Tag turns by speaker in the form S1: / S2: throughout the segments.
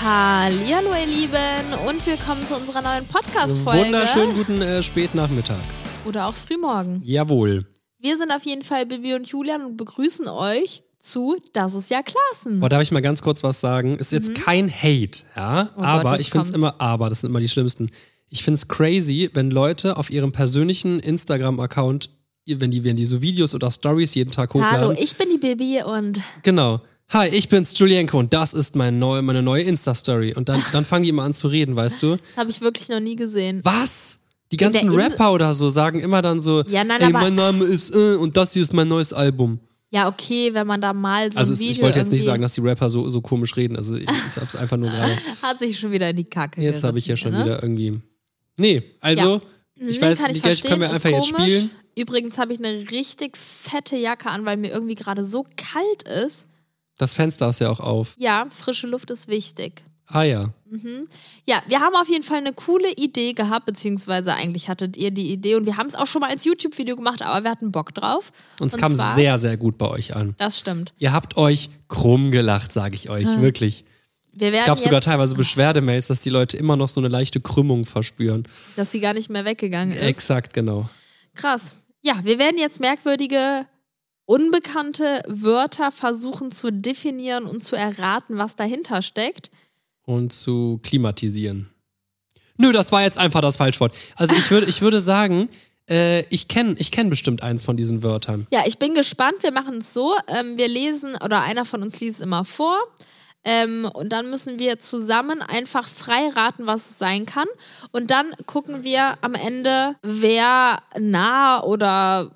S1: Hallihallo, ihr Lieben, und willkommen zu unserer neuen Podcast-Folge.
S2: Wunderschönen guten äh, Spätnachmittag.
S1: Oder auch Frühmorgen.
S2: Jawohl.
S1: Wir sind auf jeden Fall Bibi und Julian und begrüßen euch zu Das ist ja Klassen.
S2: Boah, darf ich mal ganz kurz was sagen? Ist jetzt kein Hate, ja?
S1: Mhm. Oh Gott,
S2: aber
S1: jetzt
S2: ich finde
S1: kommt's.
S2: es immer, aber das sind immer die schlimmsten. Ich finde es crazy, wenn Leute auf ihrem persönlichen Instagram-Account, wenn die, wenn die so Videos oder Stories jeden Tag hochladen.
S1: Hallo, ich bin die Bibi und
S2: Genau. Hi, ich bin's, Julienko, und das ist mein neu, meine neue Insta-Story. Und dann, dann fangen die immer an zu reden, weißt du?
S1: das habe ich wirklich noch nie gesehen.
S2: Was? Die
S1: In der
S2: ganzen
S1: In-
S2: Rapper oder so sagen immer dann so,
S1: Ja, nein,
S2: ey,
S1: aber-
S2: mein Name ist äh, und das hier ist mein neues Album.
S1: Ja, okay, wenn man da mal so
S2: Also
S1: ein
S2: es,
S1: Video
S2: ich wollte jetzt nicht
S1: irgendwie-
S2: sagen, dass die Rapper so, so komisch reden. Also ich, ich hab's einfach nur gerade.
S1: hat sich schon wieder in die Kacke
S2: Jetzt habe ich ja
S1: geritten,
S2: schon
S1: ne?
S2: wieder irgendwie. Nee, also ich
S1: Hm,
S2: weiß
S1: kann ich
S2: nicht, vielleicht
S1: verstehen,
S2: können wir
S1: ist
S2: einfach jetzt
S1: komisch.
S2: spielen.
S1: Übrigens habe ich eine richtig fette Jacke an, weil mir irgendwie gerade so kalt ist.
S2: Das Fenster ist ja auch auf.
S1: Ja, frische Luft ist wichtig.
S2: Ah ja.
S1: Ja, wir haben auf jeden Fall eine coole Idee gehabt, beziehungsweise eigentlich hattet ihr die Idee und wir haben es auch schon mal als YouTube-Video gemacht, aber wir hatten Bock drauf.
S2: Und es kam
S1: zwar-
S2: sehr, sehr gut bei euch an.
S1: Das stimmt.
S2: Ihr habt euch krumm gelacht, sage ich euch. Wirklich.
S1: Wir
S2: Es
S1: werden
S2: gab
S1: Hm. jetzt,
S2: sogar teilweise Beschwerdemails, dass die Leute immer noch so eine leichte Krümmung verspüren.
S1: dass sie gar nicht mehr weggegangen ist.
S2: Exakt, genau.
S1: Krass. Ja, wir werden jetzt merkwürdige, unbekannte Wörter versuchen zu definieren und zu erraten, was dahinter steckt.
S2: und zu klimatisieren. Nö, das war jetzt einfach das Falschwort. Also ich würde, ich würde sagen, äh, ich kenne ich kenn bestimmt eins von diesen Wörtern.
S1: Ja, ich bin gespannt. Wir machen es so. Ähm, wir lesen oder einer von uns liest immer vor. Ähm, und dann müssen wir zusammen einfach frei raten, was es sein kann. Und dann gucken wir am Ende, wer nah oder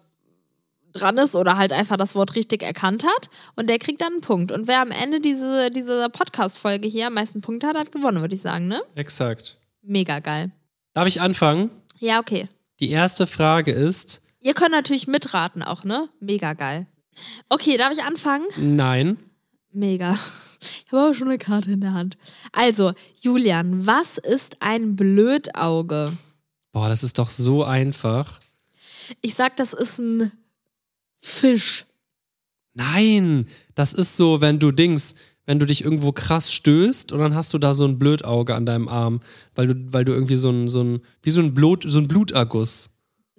S1: dran ist oder halt einfach das Wort richtig erkannt hat. Und der kriegt dann einen Punkt. Und wer am Ende diese, diese Podcast-Folge hier am meisten Punkte hat, hat gewonnen, würde ich sagen, ne?
S2: Exakt.
S1: Mega geil.
S2: Darf ich anfangen?
S1: Ja, okay.
S2: Die erste Frage ist,
S1: Ihr könnt natürlich mitraten auch, ne? Mega geil. Okay, darf ich anfangen?
S2: nein,
S1: Mega. Ich habe auch schon eine Karte in der Hand. Also, Julian, was ist ein Blödauge?
S2: boah, das ist doch so einfach.
S1: Ich sag, das ist ein Fisch.
S2: Nein, das ist so, wenn du Dings, wenn du dich irgendwo krass stößt und dann hast du da so ein Blödauge an deinem Arm, weil du, weil du irgendwie so ein, so ein, wie so ein Blut, so ein Bluterguss.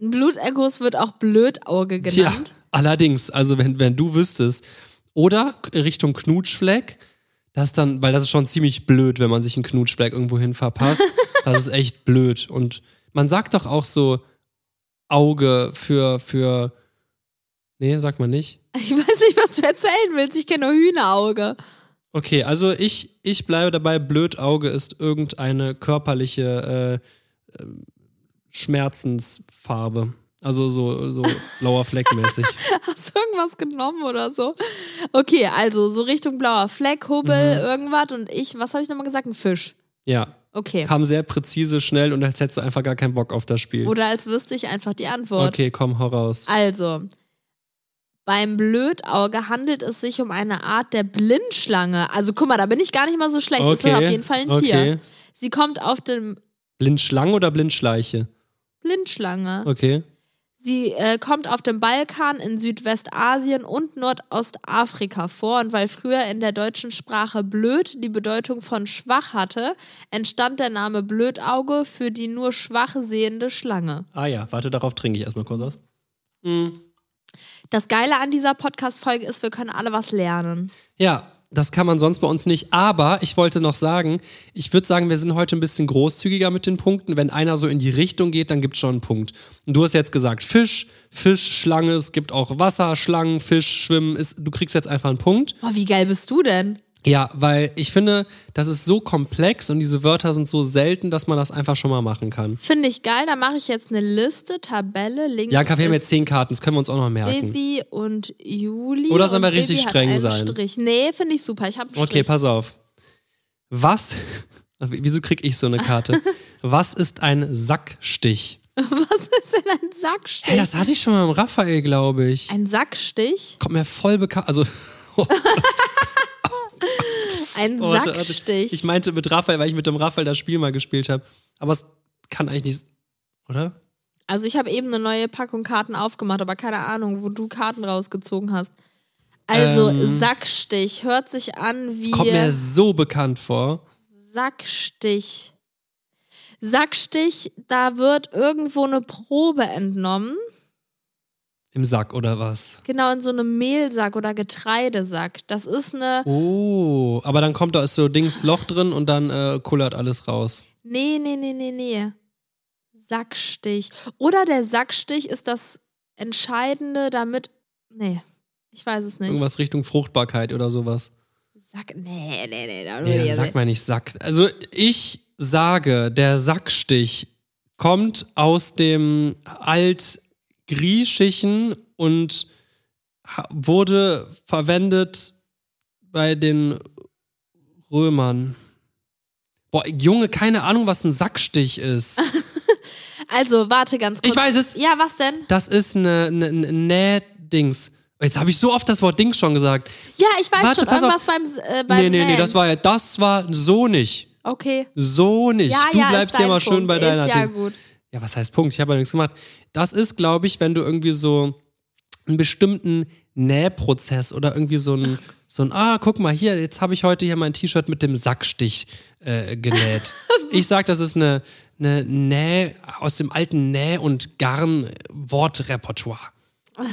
S1: Ein Bluterguss wird auch Blödauge genannt.
S2: Ja, allerdings, also wenn, wenn du wüsstest. Oder Richtung Knutschfleck, das dann, weil das ist schon ziemlich blöd, wenn man sich einen Knutschfleck irgendwo hin verpasst. das ist echt blöd. Und man sagt doch auch so Auge für, für. Nee, sagt man nicht.
S1: Ich weiß nicht, was du erzählen willst. Ich kenne nur Hühnerauge.
S2: Okay, also ich, ich bleibe dabei, Blödauge ist irgendeine körperliche äh, ähm, Schmerzensfarbe. Also so, so blauer Fleck mäßig.
S1: Hast du irgendwas genommen oder so? Okay, also so Richtung blauer Fleck, Hubbel, irgendwas und ich, was habe ich nochmal gesagt? Ein Fisch.
S2: Ja,
S1: Okay.
S2: kam sehr präzise, schnell und als hättest du einfach gar keinen Bock auf das Spiel.
S1: Oder als wüsste ich einfach die Antwort.
S2: Okay, komm, hau raus.
S1: Also, beim Blödauge handelt es sich um eine Art der Blindschlange. Also guck mal, da bin ich gar nicht mal so schlecht. Das
S2: okay.
S1: Ah, ist auf jeden Fall ein Tier.
S2: Okay.
S1: Sie kommt auf dem
S2: Blindschlange oder Blindschleiche?
S1: Blindschlange.
S2: Okay.
S1: Sie äh, kommt auf dem Balkan, in Südwestasien und Nordostafrika vor. Und weil früher in der deutschen Sprache blöd die Bedeutung von schwach hatte, entstand der Name Blödauge für die nur schwach sehende Schlange.
S2: Ah ja, warte, darauf trinke ich erstmal kurz was.
S1: Das Geile an dieser Podcast-Folge ist, wir können alle was lernen.
S2: Ja, das kann man sonst bei uns nicht. Aber ich wollte noch sagen, ich würde sagen, wir sind heute ein bisschen großzügiger mit den Punkten. Wenn einer so in die Richtung geht, dann gibt es schon einen Punkt. Und du hast jetzt gesagt, Fisch, Fisch, Schlange, es gibt auch Wasser, Schlangen, Fisch, Schwimmen. Ist, du kriegst jetzt einfach einen Punkt.
S1: Boah, Oh, wie geil bist du denn?
S2: Ja, weil ich finde, das ist so komplex und diese Wörter sind so selten, dass man das einfach schon mal machen kann.
S1: Finde ich geil, da mache ich jetzt eine Liste, Tabelle, links
S2: Ja, Kaffee, wir haben jetzt
S1: ist
S2: zehn Karten, das können wir uns auch noch merken.
S1: Baby und Juli.
S2: Oder sollen wir
S1: und Baby
S2: richtig
S1: hat
S2: streng
S1: einen
S2: sein?
S1: Strich. Nee, finde ich super, ich habe einen
S2: Okay,
S1: Strich.
S2: pass auf. Was? also Wieso krieg ich so eine Karte? Was ist ein Sackstich?
S1: Was ist denn ein Sackstich?
S2: Hey, das hatte ich schon mal im Raphael, glaube ich.
S1: ein Sackstich?
S2: Kommt mir voll bekannt. Also,
S1: Ein
S2: oh, warte, warte.
S1: Sackstich.
S2: ich meinte mit Raphael, weil ich mit dem Raphael das Spiel mal gespielt habe. Aber es kann eigentlich nicht. Oder?
S1: also ich habe eben eine neue Packung Karten aufgemacht, aber keine Ahnung, wo du Karten rausgezogen hast. Also
S2: Ähm.
S1: Sackstich hört sich an wie
S2: Kommt mir so bekannt vor.
S1: Sackstich. Sackstich, da wird irgendwo eine Probe entnommen.
S2: Im Sack oder was?
S1: Genau in so einem Mehlsack oder Getreidesack. Das ist eine.
S2: Oh, aber dann kommt da ist so Dings Loch drin und dann äh, kullert alles raus.
S1: Nee, nee, nee, nee, nee. Sackstich. Oder der Sackstich ist das Entscheidende, damit. Nee, ich weiß es nicht.
S2: Irgendwas Richtung Fruchtbarkeit oder sowas.
S1: Sack. Nee, nee, Oh nee. da will
S2: Nee,
S1: ich
S2: sag
S1: jetzt-
S2: mal nicht Sack. Also ich sage, der Sackstich kommt aus dem altgriechischen und ha- wurde verwendet bei den Römern. Boah, Junge, keine Ahnung, was ein Sackstich ist.
S1: Also, warte ganz kurz.
S2: Ich weiß es.
S1: Ja, was denn?
S2: Das ist eine, eine, eine Nähdings. Jetzt habe ich so oft das Wort Dings schon gesagt.
S1: Ja, ich weiß
S2: Warte,
S1: schon.
S2: pass
S1: Irgendwas
S2: auf.
S1: beim, äh, beim.
S2: nee, nee, nee,
S1: Nähen.
S2: das war ja, das war so nicht.
S1: Okay.
S2: So nicht.
S1: Ja,
S2: du
S1: ja,
S2: bleibst
S1: ist
S2: ja
S1: dein
S2: mal schön
S1: Punkt.
S2: bei deiner
S1: ist ja
S2: Dings.
S1: gut.
S2: Ja, was heißt Punkt? Ich habe ja nichts gemacht. Das ist, glaube ich, wenn du irgendwie so einen bestimmten Nähprozess oder irgendwie so ein, so ein ah, guck mal hier, jetzt habe ich heute hier mein T-Shirt mit dem Sackstich äh, genäht. ich sag, das ist eine, eine Näh aus dem alten Näh- und Garn-Wortrepertoire.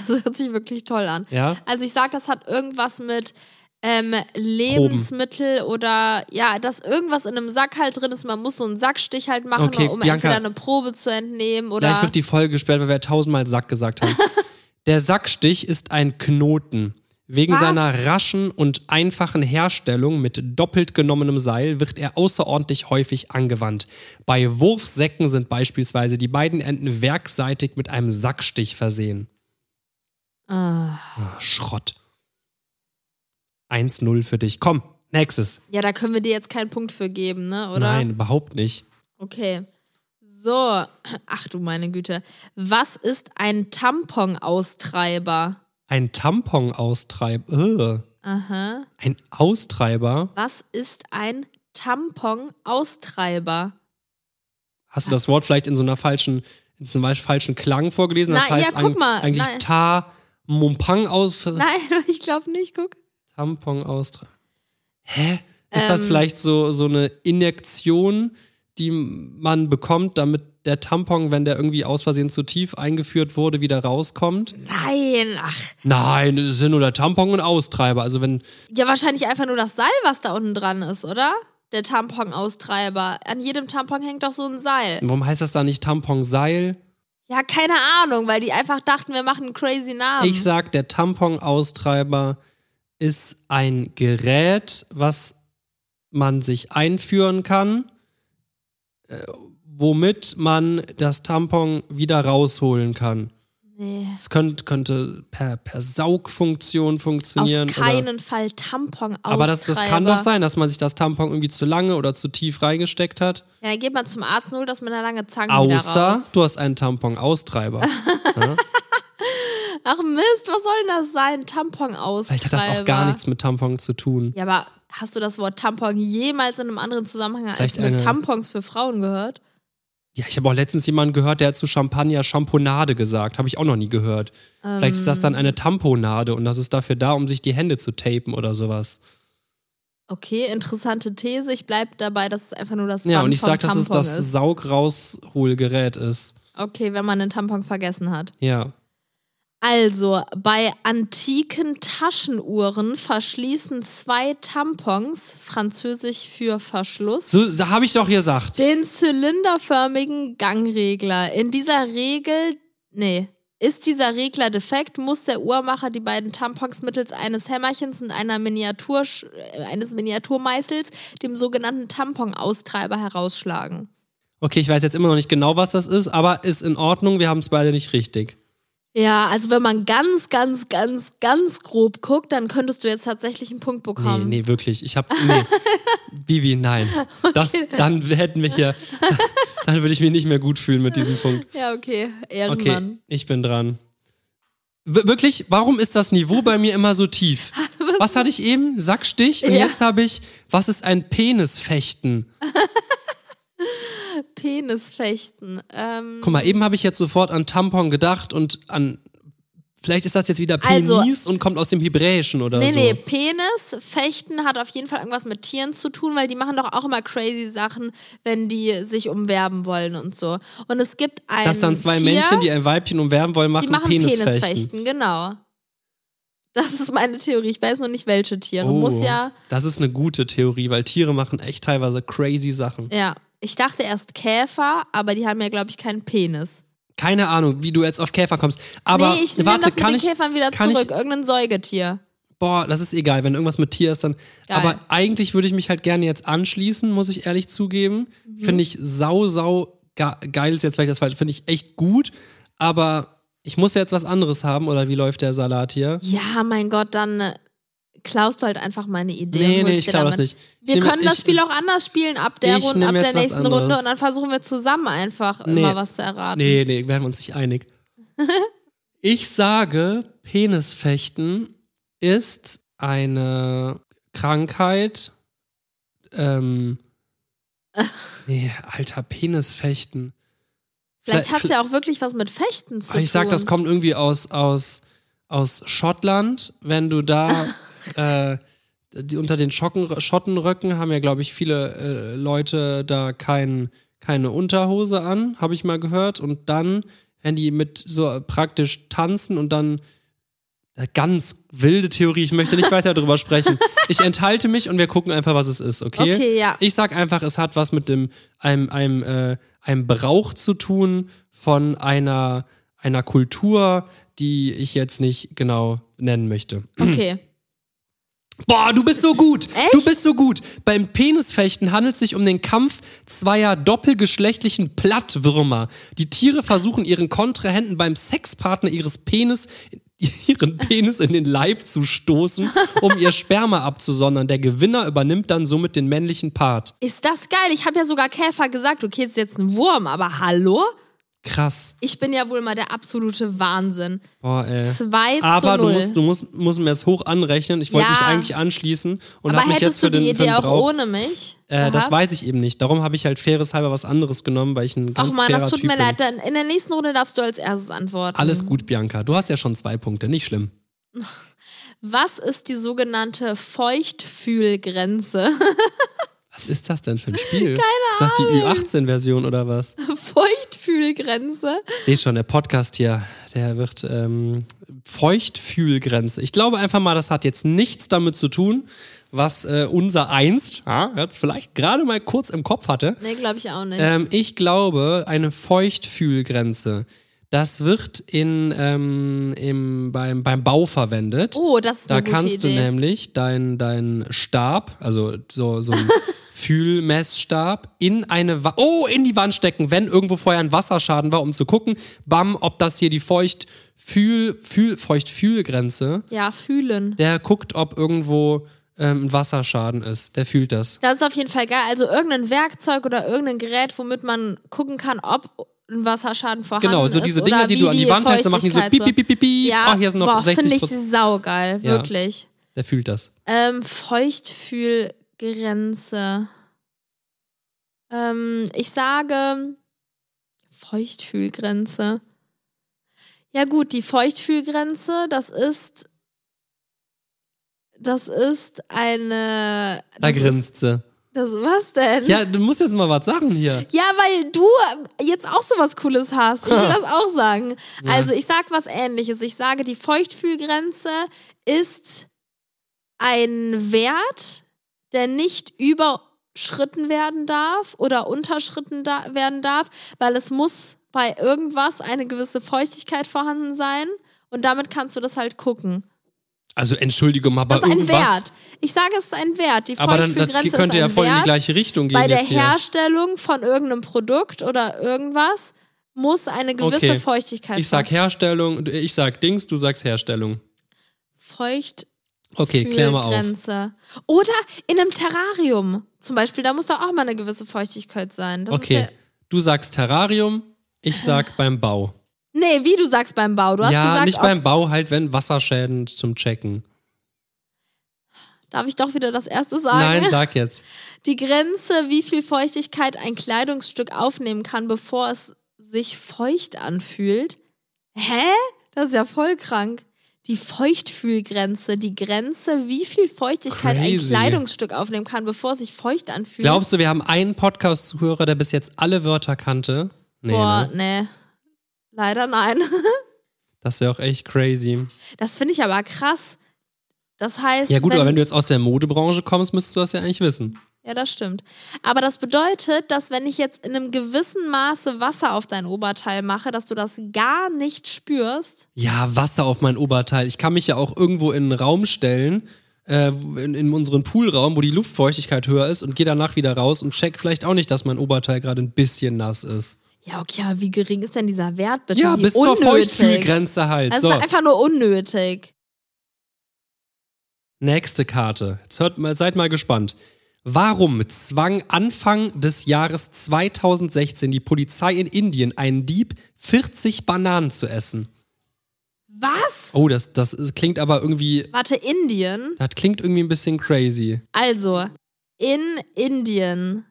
S1: Das hört sich wirklich toll an.
S2: Ja?
S1: Also ich sag, das hat irgendwas mit ähm, Lebensmittel oder ja, dass irgendwas in einem Sack halt drin ist. Man muss so einen Sackstich halt machen,
S2: Okay,
S1: um
S2: Bianca.
S1: entweder eine Probe zu entnehmen
S2: Gleich
S1: oder.
S2: wird die Folge gesperrt, weil wir tausendmal Sack gesagt haben. Der Sackstich ist ein Knoten. Wegen
S1: Was?
S2: seiner raschen und einfachen Herstellung mit doppelt genommenem Seil wird er außerordentlich häufig angewandt. Bei Wurfsäcken sind beispielsweise die beiden Enden werkseitig mit einem Sackstich versehen.
S1: Ah.
S2: Ah, Schrott. 1-0 für dich. Komm, nächstes.
S1: Ja, da können wir dir jetzt keinen Punkt für geben, ne? Oder?
S2: Nein, überhaupt nicht.
S1: Okay. So, ach du meine Güte. Was ist ein Tamponaustreiber?
S2: Ein Tampon-Austreiber. Äh.
S1: Aha.
S2: Ein Austreiber?
S1: Was ist ein Tamponaustreiber?
S2: Hast du das Wort vielleicht in so einer falschen, in so einem falschen Klang vorgelesen? Das
S1: Na, ja,
S2: heißt
S1: guck
S2: eig-
S1: mal,
S2: eigentlich
S1: nein.
S2: Ta Mumpang aus
S1: Nein, ich glaube nicht, guck.
S2: Tampon austragen. Hä? Ist das
S1: Ähm.
S2: vielleicht so, so eine Injektion, die man bekommt, damit der Tampon, wenn der irgendwie aus Versehen zu tief eingeführt wurde, wieder rauskommt?
S1: Nein, ach.
S2: Nein, es sind nur der Tampon und Austreiber. Also wenn
S1: Ja, wahrscheinlich einfach nur das Seil, was da unten dran ist, oder? Der Tamponaustreiber. An jedem Tampon hängt doch so ein Seil.
S2: Warum heißt das da nicht Tamponseil?
S1: Ja, keine Ahnung, weil die einfach dachten, wir machen einen crazy Namen.
S2: Ich sag, der Tampon-Austreiber ist ein Gerät, was man sich einführen kann, äh, womit man das Tampon wieder rausholen kann.
S1: nee.
S2: Es könnt, könnte per, per Saugfunktion
S1: Auf
S2: funktionieren. oder,
S1: keinen Fall Tamponaustreiber.
S2: aber das, das kann doch sein, dass man sich das Tampon irgendwie zu lange oder zu tief reingesteckt hat.
S1: Ja, dann geht man zum Arzt und holt das mit einer langen Zange wieder
S2: Außer
S1: raus.
S2: du hast einen Tampon-Austreiber.
S1: Ach Mist, was soll denn das sein? Tamponaustreiber.
S2: Vielleicht hat das auch gar nichts mit Tampon zu tun.
S1: Ja, aber hast du das Wort Tampon jemals in einem anderen Zusammenhang als
S2: Vielleicht
S1: mit
S2: eine-
S1: Tampons für Frauen gehört?
S2: Ja, ich habe auch letztens jemanden gehört, der hat zu Champagner Champonade gesagt. Habe ich auch noch nie gehört.
S1: Ähm,
S2: Vielleicht ist das dann eine Tamponade und das ist dafür da, um sich die Hände zu tapen oder sowas.
S1: Okay, interessante These. Ich bleib dabei, dass es einfach nur das Band
S2: Ja, und ich
S1: vom
S2: sage, dass es
S1: Tampon
S2: das
S1: ist.
S2: Saugrausholgerät ist.
S1: Okay, wenn man einen Tampon vergessen hat.
S2: Ja.
S1: Also, bei antiken Taschenuhren verschließen zwei Tampons, französisch für Verschluss,
S2: So so habe ich doch gesagt.
S1: den zylinderförmigen Gangregler. In dieser Regel, nee, ist dieser Regler defekt, muss der Uhrmacher die beiden Tampons mittels eines Hämmerchens und einer Miniatur, äh, eines Miniaturmeißels, dem sogenannten Tamponaustreiber, herausschlagen.
S2: Okay, ich weiß jetzt immer noch nicht genau, was das ist, aber ist in Ordnung. Wir haben es beide nicht richtig.
S1: Ja, also wenn man ganz, ganz, ganz, ganz grob guckt, dann könntest du jetzt tatsächlich einen Punkt
S2: Nee,
S1: bekommen.
S2: nee, wirklich. Ich habe. Nee. Bibi, nein. Das, dann hätten wir hier. Dann würde ich mich nicht mehr gut fühlen mit diesem Punkt.
S1: Ja, okay.
S2: Okay,
S1: Ehrenmann.
S2: ich bin dran. W wirklich, warum ist das Niveau bei mir immer so tief? was, hatte ich eben? Sackstich und
S1: Ja.
S2: jetzt habe ich, was ist ein Penisfechten?
S1: Penisfechten. Ähm,
S2: Guck mal, eben habe ich jetzt sofort an Tampon gedacht und an Vielleicht ist das jetzt wieder Penis
S1: Also-
S2: und kommt aus dem Hebräischen oder
S1: Nee,
S2: so.
S1: nee, Penis, Fechten hat auf jeden Fall irgendwas mit Tieren zu tun, weil die machen doch auch immer crazy Sachen, wenn die sich umwerben wollen und so. Und es gibt ein
S2: Dass dann zwei
S1: Tier,
S2: Männchen, die ein Weibchen umwerben wollen, machen,
S1: die machen
S2: Penisfechten.
S1: Penisfechten, genau. Das ist meine Theorie. Ich weiß nur nicht, welche Tiere.
S2: Oh,
S1: Muss ja,
S2: Das ist eine gute Theorie, weil Tiere machen echt teilweise crazy Sachen.
S1: ja. Ich dachte erst Käfer, aber die haben ja, glaube ich, keinen Penis.
S2: Keine Ahnung, wie du jetzt auf Käfer kommst. Aber
S1: nee, ich nehme
S2: warte,
S1: das mit
S2: kann
S1: den
S2: ich.
S1: Käfern wieder
S2: kann ich-
S1: zurück. Irgendein Säugetier.
S2: Boah, das ist egal, wenn irgendwas mit Tier ist, dann.
S1: Geil.
S2: Aber eigentlich würde ich mich halt gerne jetzt anschließen, muss ich ehrlich zugeben. Finde ich sau, sau ga- geil ist jetzt vielleicht das falsche. Finde ich echt gut, aber ich muss ja jetzt was anderes haben, oder wie läuft der Salat hier?
S1: Ja, mein Gott, dann äh, klaust du halt einfach meine Idee.
S2: Nee,
S1: und
S2: nee,
S1: holst
S2: ich
S1: dir
S2: glaube das
S1: damit-
S2: nicht. Ich
S1: Wir
S2: nehme-
S1: können das
S2: ich-
S1: Spiel auch anders spielen, ab der,
S2: Ich
S1: Runde,
S2: nehme
S1: ab der
S2: jetzt was
S1: nächsten Runde
S2: anderes.
S1: und dann versuchen wir zusammen einfach
S2: Nee.
S1: immer was zu erraten.
S2: Nee, nee, werden wir uns nicht einig. ich sage, Penisfechten ist eine Krankheit. Ähm. Nee, alter, Penisfechten.
S1: Vielleicht
S2: Vielleicht-
S1: hat es ja auch wirklich was mit Fechten zu tun.
S2: Ah, ich sag, das kommt irgendwie aus, aus, aus Schottland, wenn du da äh, die, unter den Schocken, Schottenröcken haben ja, glaube ich, viele äh, Leute da kein, keine Unterhose an, habe ich mal gehört. Und dann, wenn die mit so praktisch tanzen und dann äh, ganz wilde Theorie, ich möchte nicht weiter drüber sprechen. Ich enthalte mich und wir gucken einfach, was es ist, okay?
S1: Okay, ja.
S2: Ich sag einfach, es hat was mit dem einem, einem, äh, einem Brauch zu tun von einer, einer Kultur, die ich jetzt nicht genau nennen möchte.
S1: Okay.
S2: Boah, du bist so gut.
S1: Echt?
S2: Du bist so gut. Beim Penisfechten handelt es sich um den Kampf zweier doppelgeschlechtlichen Plattwürmer. Die Tiere versuchen ihren Kontrahenten beim Sexpartner ihres Penis ihren Penis in den Leib zu stoßen, um ihr Sperma abzusondern. Der Gewinner übernimmt dann somit den männlichen Part.
S1: Ist das geil? Ich habe ja sogar Käfer gesagt. Okay, ist jetzt ein Wurm, aber hallo?
S2: Krass.
S1: Ich bin ja wohl mal der absolute Wahnsinn.
S2: Boah, ey.
S1: 2
S2: Aber
S1: zu
S2: du
S1: 0.
S2: musst, du musst, musst mir das hoch anrechnen. Ich wollte
S1: Ja.
S2: mich eigentlich anschließen und
S1: aber
S2: habe mich jetzt
S1: hättest du
S2: für den,
S1: die
S2: für
S1: Idee
S2: den
S1: auch
S2: Brauch
S1: ohne mich?
S2: Äh, das
S1: gehabt?
S2: weiß ich eben nicht. Darum habe ich halt faires halber was anderes genommen, weil ich ein ganz
S1: Ach man,
S2: fairer
S1: das tut
S2: Typ
S1: mir
S2: bin.
S1: leid. Mhm. Dann in der nächsten Runde darfst du als erstes antworten.
S2: Alles gut, Bianca. Du hast ja schon zwei Punkte, nicht schlimm.
S1: Was ist die sogenannte Feuchtfühlgrenze?
S2: Was ist das denn für ein Spiel? Keine ist das die Ü18-Version oder was?
S1: Feuchtfühlgrenze?
S2: Seh schon, der Podcast hier, der wird ähm, Feuchtfühlgrenze. Ich glaube einfach mal, das hat jetzt nichts damit zu tun, was äh, unser einst ja, jetzt vielleicht gerade mal kurz im Kopf hatte.
S1: Nee, glaube ich auch nicht.
S2: Ähm, ich glaube, eine Feuchtfühlgrenze. Das wird in, ähm, im, beim, beim Bau verwendet.
S1: oh, das ist
S2: da
S1: eine gute
S2: kannst
S1: Idee.
S2: du nämlich deinen dein Stab, also so, so ein Fühlmessstab, in eine Wa oh, in die Wand stecken, wenn irgendwo vorher ein Wasserschaden war, um zu gucken, bam, ob das hier die Feuchtfühl, Fühl, Feuchtfühlgrenze,
S1: ja, fühlen.
S2: der guckt, ob irgendwo ähm, ein Wasserschaden ist. Der fühlt das.
S1: Das ist auf jeden Fall geil. Also irgendein Werkzeug oder irgendein Gerät, womit man gucken kann, ob ein Wasserschaden vorhanden
S2: Genau,
S1: ist.
S2: so diese
S1: oder
S2: Dinger, die
S1: wie
S2: du an die Wand hältst, dann machen die so
S1: Feuchtigkeit
S2: piep, piep, piep, piep, piep.
S1: Ja,
S2: Ah, hier sind noch
S1: boah, finde
S2: 60
S1: ich saugeil,
S2: Ja.
S1: wirklich.
S2: Der fühlt das.
S1: Ähm, Feuchtfühlgrenze. Ähm, ich sage Feuchtfühlgrenze. Ja gut, die Feuchtfühlgrenze, das ist das ist eine
S2: Da
S1: das ist, Mhm.
S2: grinst sie.
S1: das, was denn?
S2: Ja, du musst jetzt mal was sagen hier.
S1: Ja, weil du jetzt auch so was Cooles hast. Ich will das auch sagen. Also ich sag was ähnliches. Ich sage, die Feuchtfühlgrenze ist ein Wert, der nicht überschritten werden darf oder unterschritten da werden darf, weil es muss bei irgendwas eine gewisse Feuchtigkeit vorhanden sein. Und damit kannst du das halt gucken.
S2: Also entschuldige mal, aber
S1: Das ist ein
S2: irgendwas.
S1: Wert. Ich sage, es ist ein Wert. Die
S2: Aber dann, das
S1: Feuchtfühlgrenze ist
S2: könnte
S1: ein
S2: ja voll
S1: Wert
S2: in die gleiche Richtung gehen
S1: bei der
S2: jetzt hier.
S1: Herstellung von irgendeinem Produkt oder irgendwas muss eine gewisse
S2: Okay.
S1: Feuchtigkeit
S2: Ich sag
S1: sein.
S2: Herstellung, ich sag Dings, du sagst Herstellung.
S1: Feucht.
S2: Okay, klär mal auf.
S1: Grenze. Oder in einem Terrarium zum Beispiel, da muss doch auch mal eine gewisse Feuchtigkeit sein. Das
S2: Okay,
S1: Ist der,
S2: du sagst Terrarium, ich sag beim Bau.
S1: nee, wie du sagst beim Bau. Du hast
S2: ja,
S1: gesagt,
S2: nicht
S1: ob,
S2: beim Bau, halt wenn Wasserschäden zum Checken.
S1: darf ich doch wieder das erste sagen?
S2: Nein, sag jetzt.
S1: Die Grenze, wie viel Feuchtigkeit ein Kleidungsstück aufnehmen kann, bevor es sich feucht anfühlt. Hä? Das ist ja voll krank. Die Feuchtfühlgrenze, die Grenze, wie viel Feuchtigkeit ein
S2: Crazy.
S1: Kleidungsstück aufnehmen kann, bevor es sich feucht anfühlt.
S2: Glaubst du, wir haben einen Podcast-Zuhörer, der bis jetzt alle Wörter kannte? Nee,
S1: Boah,
S2: ne?
S1: nee. Leider nein.
S2: Das wäre auch echt crazy.
S1: Das finde ich aber krass. Das heißt,
S2: Ja, gut, aber wenn du jetzt aus der Modebranche kommst, müsstest du das ja eigentlich wissen.
S1: Ja, das stimmt. Aber das bedeutet, dass wenn ich jetzt in einem gewissen Maße Wasser auf dein Oberteil mache, dass du das gar nicht spürst.
S2: Ja, Wasser auf mein Oberteil. Ich kann mich ja auch irgendwo in einen Raum stellen, äh, in, in unseren Poolraum, wo die Luftfeuchtigkeit höher ist und gehe danach wieder raus und check vielleicht auch nicht, dass mein Oberteil gerade ein bisschen nass ist.
S1: Ja, okay, aber wie gering ist denn dieser Wert bitte?
S2: Ja,
S1: wie
S2: bis zur Feuchtfühlgrenze halt.
S1: Das
S2: So,
S1: Also ist einfach nur unnötig.
S2: nächste Karte. Jetzt hört mal, seid mal gespannt. Warum zwang Anfang des Jahres 2016 die Polizei in Indien einen Dieb 40 Bananen zu essen?
S1: Was?
S2: Oh, das, das ist, klingt aber irgendwie,
S1: Warte, Indien?
S2: das klingt irgendwie ein bisschen crazy.
S1: Also, in Indien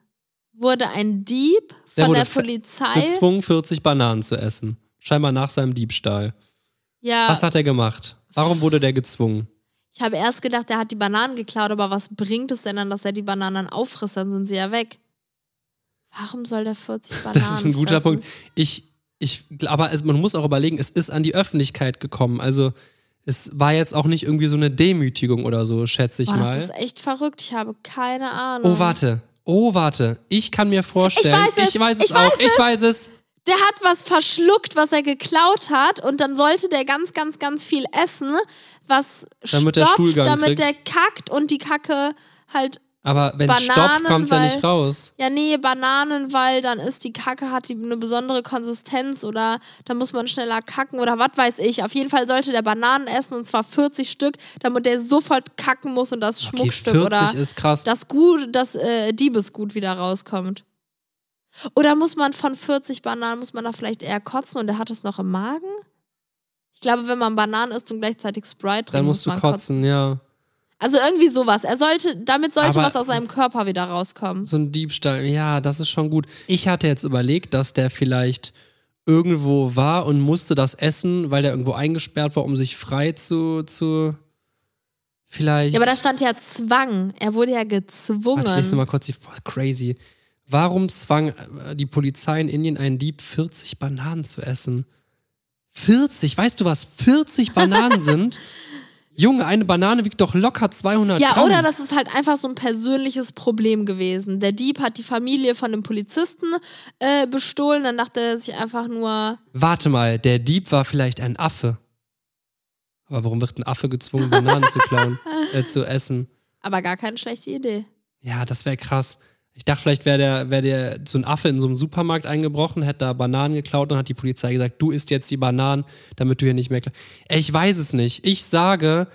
S1: wurde ein Dieb
S2: Der
S1: von
S2: wurde
S1: der
S2: ver-
S1: Polizei.
S2: gezwungen, 40 Bananen zu essen. Scheinbar nach seinem Diebstahl.
S1: Ja,
S2: Was hat er gemacht? Warum wurde der gezwungen?
S1: ich habe erst gedacht, er hat die Bananen geklaut, aber was bringt es denn dann, dass er die Bananen dann auffrisst? Dann sind sie ja weg. Warum soll der 40 Bananen?
S2: Das ist ein guter
S1: fressen?
S2: Punkt. Ich, ich, aber es, man muss auch überlegen, es ist an die Öffentlichkeit gekommen. Also es war jetzt auch nicht irgendwie so eine Demütigung oder so, schätze ich
S1: Boah, das
S2: mal.
S1: ist echt verrückt. Ich habe keine Ahnung.
S2: Oh, warte. Oh, warte. Ich kann mir vorstellen.
S1: Ich weiß es.
S2: Ich weiß es
S1: Ich
S2: auch.
S1: weiß
S2: Ich weiß es.
S1: Der hat was verschluckt, was er geklaut hat, und dann sollte der ganz, ganz, ganz viel essen, was
S2: Damit der
S1: stopft,
S2: Stuhlgang
S1: damit
S2: kriegt.
S1: der kackt und die Kacke halt.
S2: Aber wenn es stopft,
S1: Bananen,
S2: kommt es ja nicht
S1: weil-
S2: raus.
S1: Ja, nee, Bananen, weil dann ist die Kacke, hat die eine besondere Konsistenz oder dann muss man schneller kacken oder was weiß ich. Auf jeden Fall sollte der Bananen essen und zwar 40 Stück, damit der sofort kacken muss und das
S2: Okay,
S1: Schmuckstück
S2: 40
S1: oder
S2: ist krass.
S1: das Gut, das äh, Diebesgut wieder rauskommt. Oder muss man von 40 Bananen, muss man da vielleicht eher kotzen und er hat es noch im Magen? Ich glaube, wenn man Bananen isst und gleichzeitig Sprite trinkt,
S2: Dann musst
S1: muss
S2: du
S1: man
S2: kotzen, ja.
S1: Also irgendwie sowas. Er sollte, damit sollte
S2: Aber-
S1: was aus seinem Körper wieder rauskommen.
S2: So ein Diebstahl, ja, das ist schon gut. Ich hatte jetzt überlegt, dass der vielleicht irgendwo war und musste das essen, weil der irgendwo eingesperrt war, um sich frei zu. zu vielleicht.
S1: Ja, aber da stand ja Zwang. Er wurde ja gezwungen.
S2: Warte, ich lese mal kurz die. Boah, crazy. Warum zwang äh, die Polizei in Indien einen Dieb 40 Bananen zu essen? 40, weißt du was 40 Bananen sind? Junge, eine Banane wiegt doch locker 200
S1: ja,
S2: Gramm.
S1: oder das ist halt einfach so ein persönliches Problem gewesen. Der Dieb hat die Familie von einem Polizisten äh, bestohlen, dann dachte er sich einfach nur,
S2: Warte mal, der Dieb war vielleicht ein Affe. Aber warum wird ein Affe gezwungen, Bananen zu klauen, äh, zu essen?
S1: aber gar keine schlechte Idee.
S2: Ja, das wäre krass. Ich dachte, vielleicht wäre der, wär der so ein Affe in so einem Supermarkt eingebrochen, hätte da Bananen geklaut und hat die Polizei gesagt, du isst jetzt die Bananen, damit du hier nicht mehr kla-" Ey, Ich weiß es nicht. Ich sage,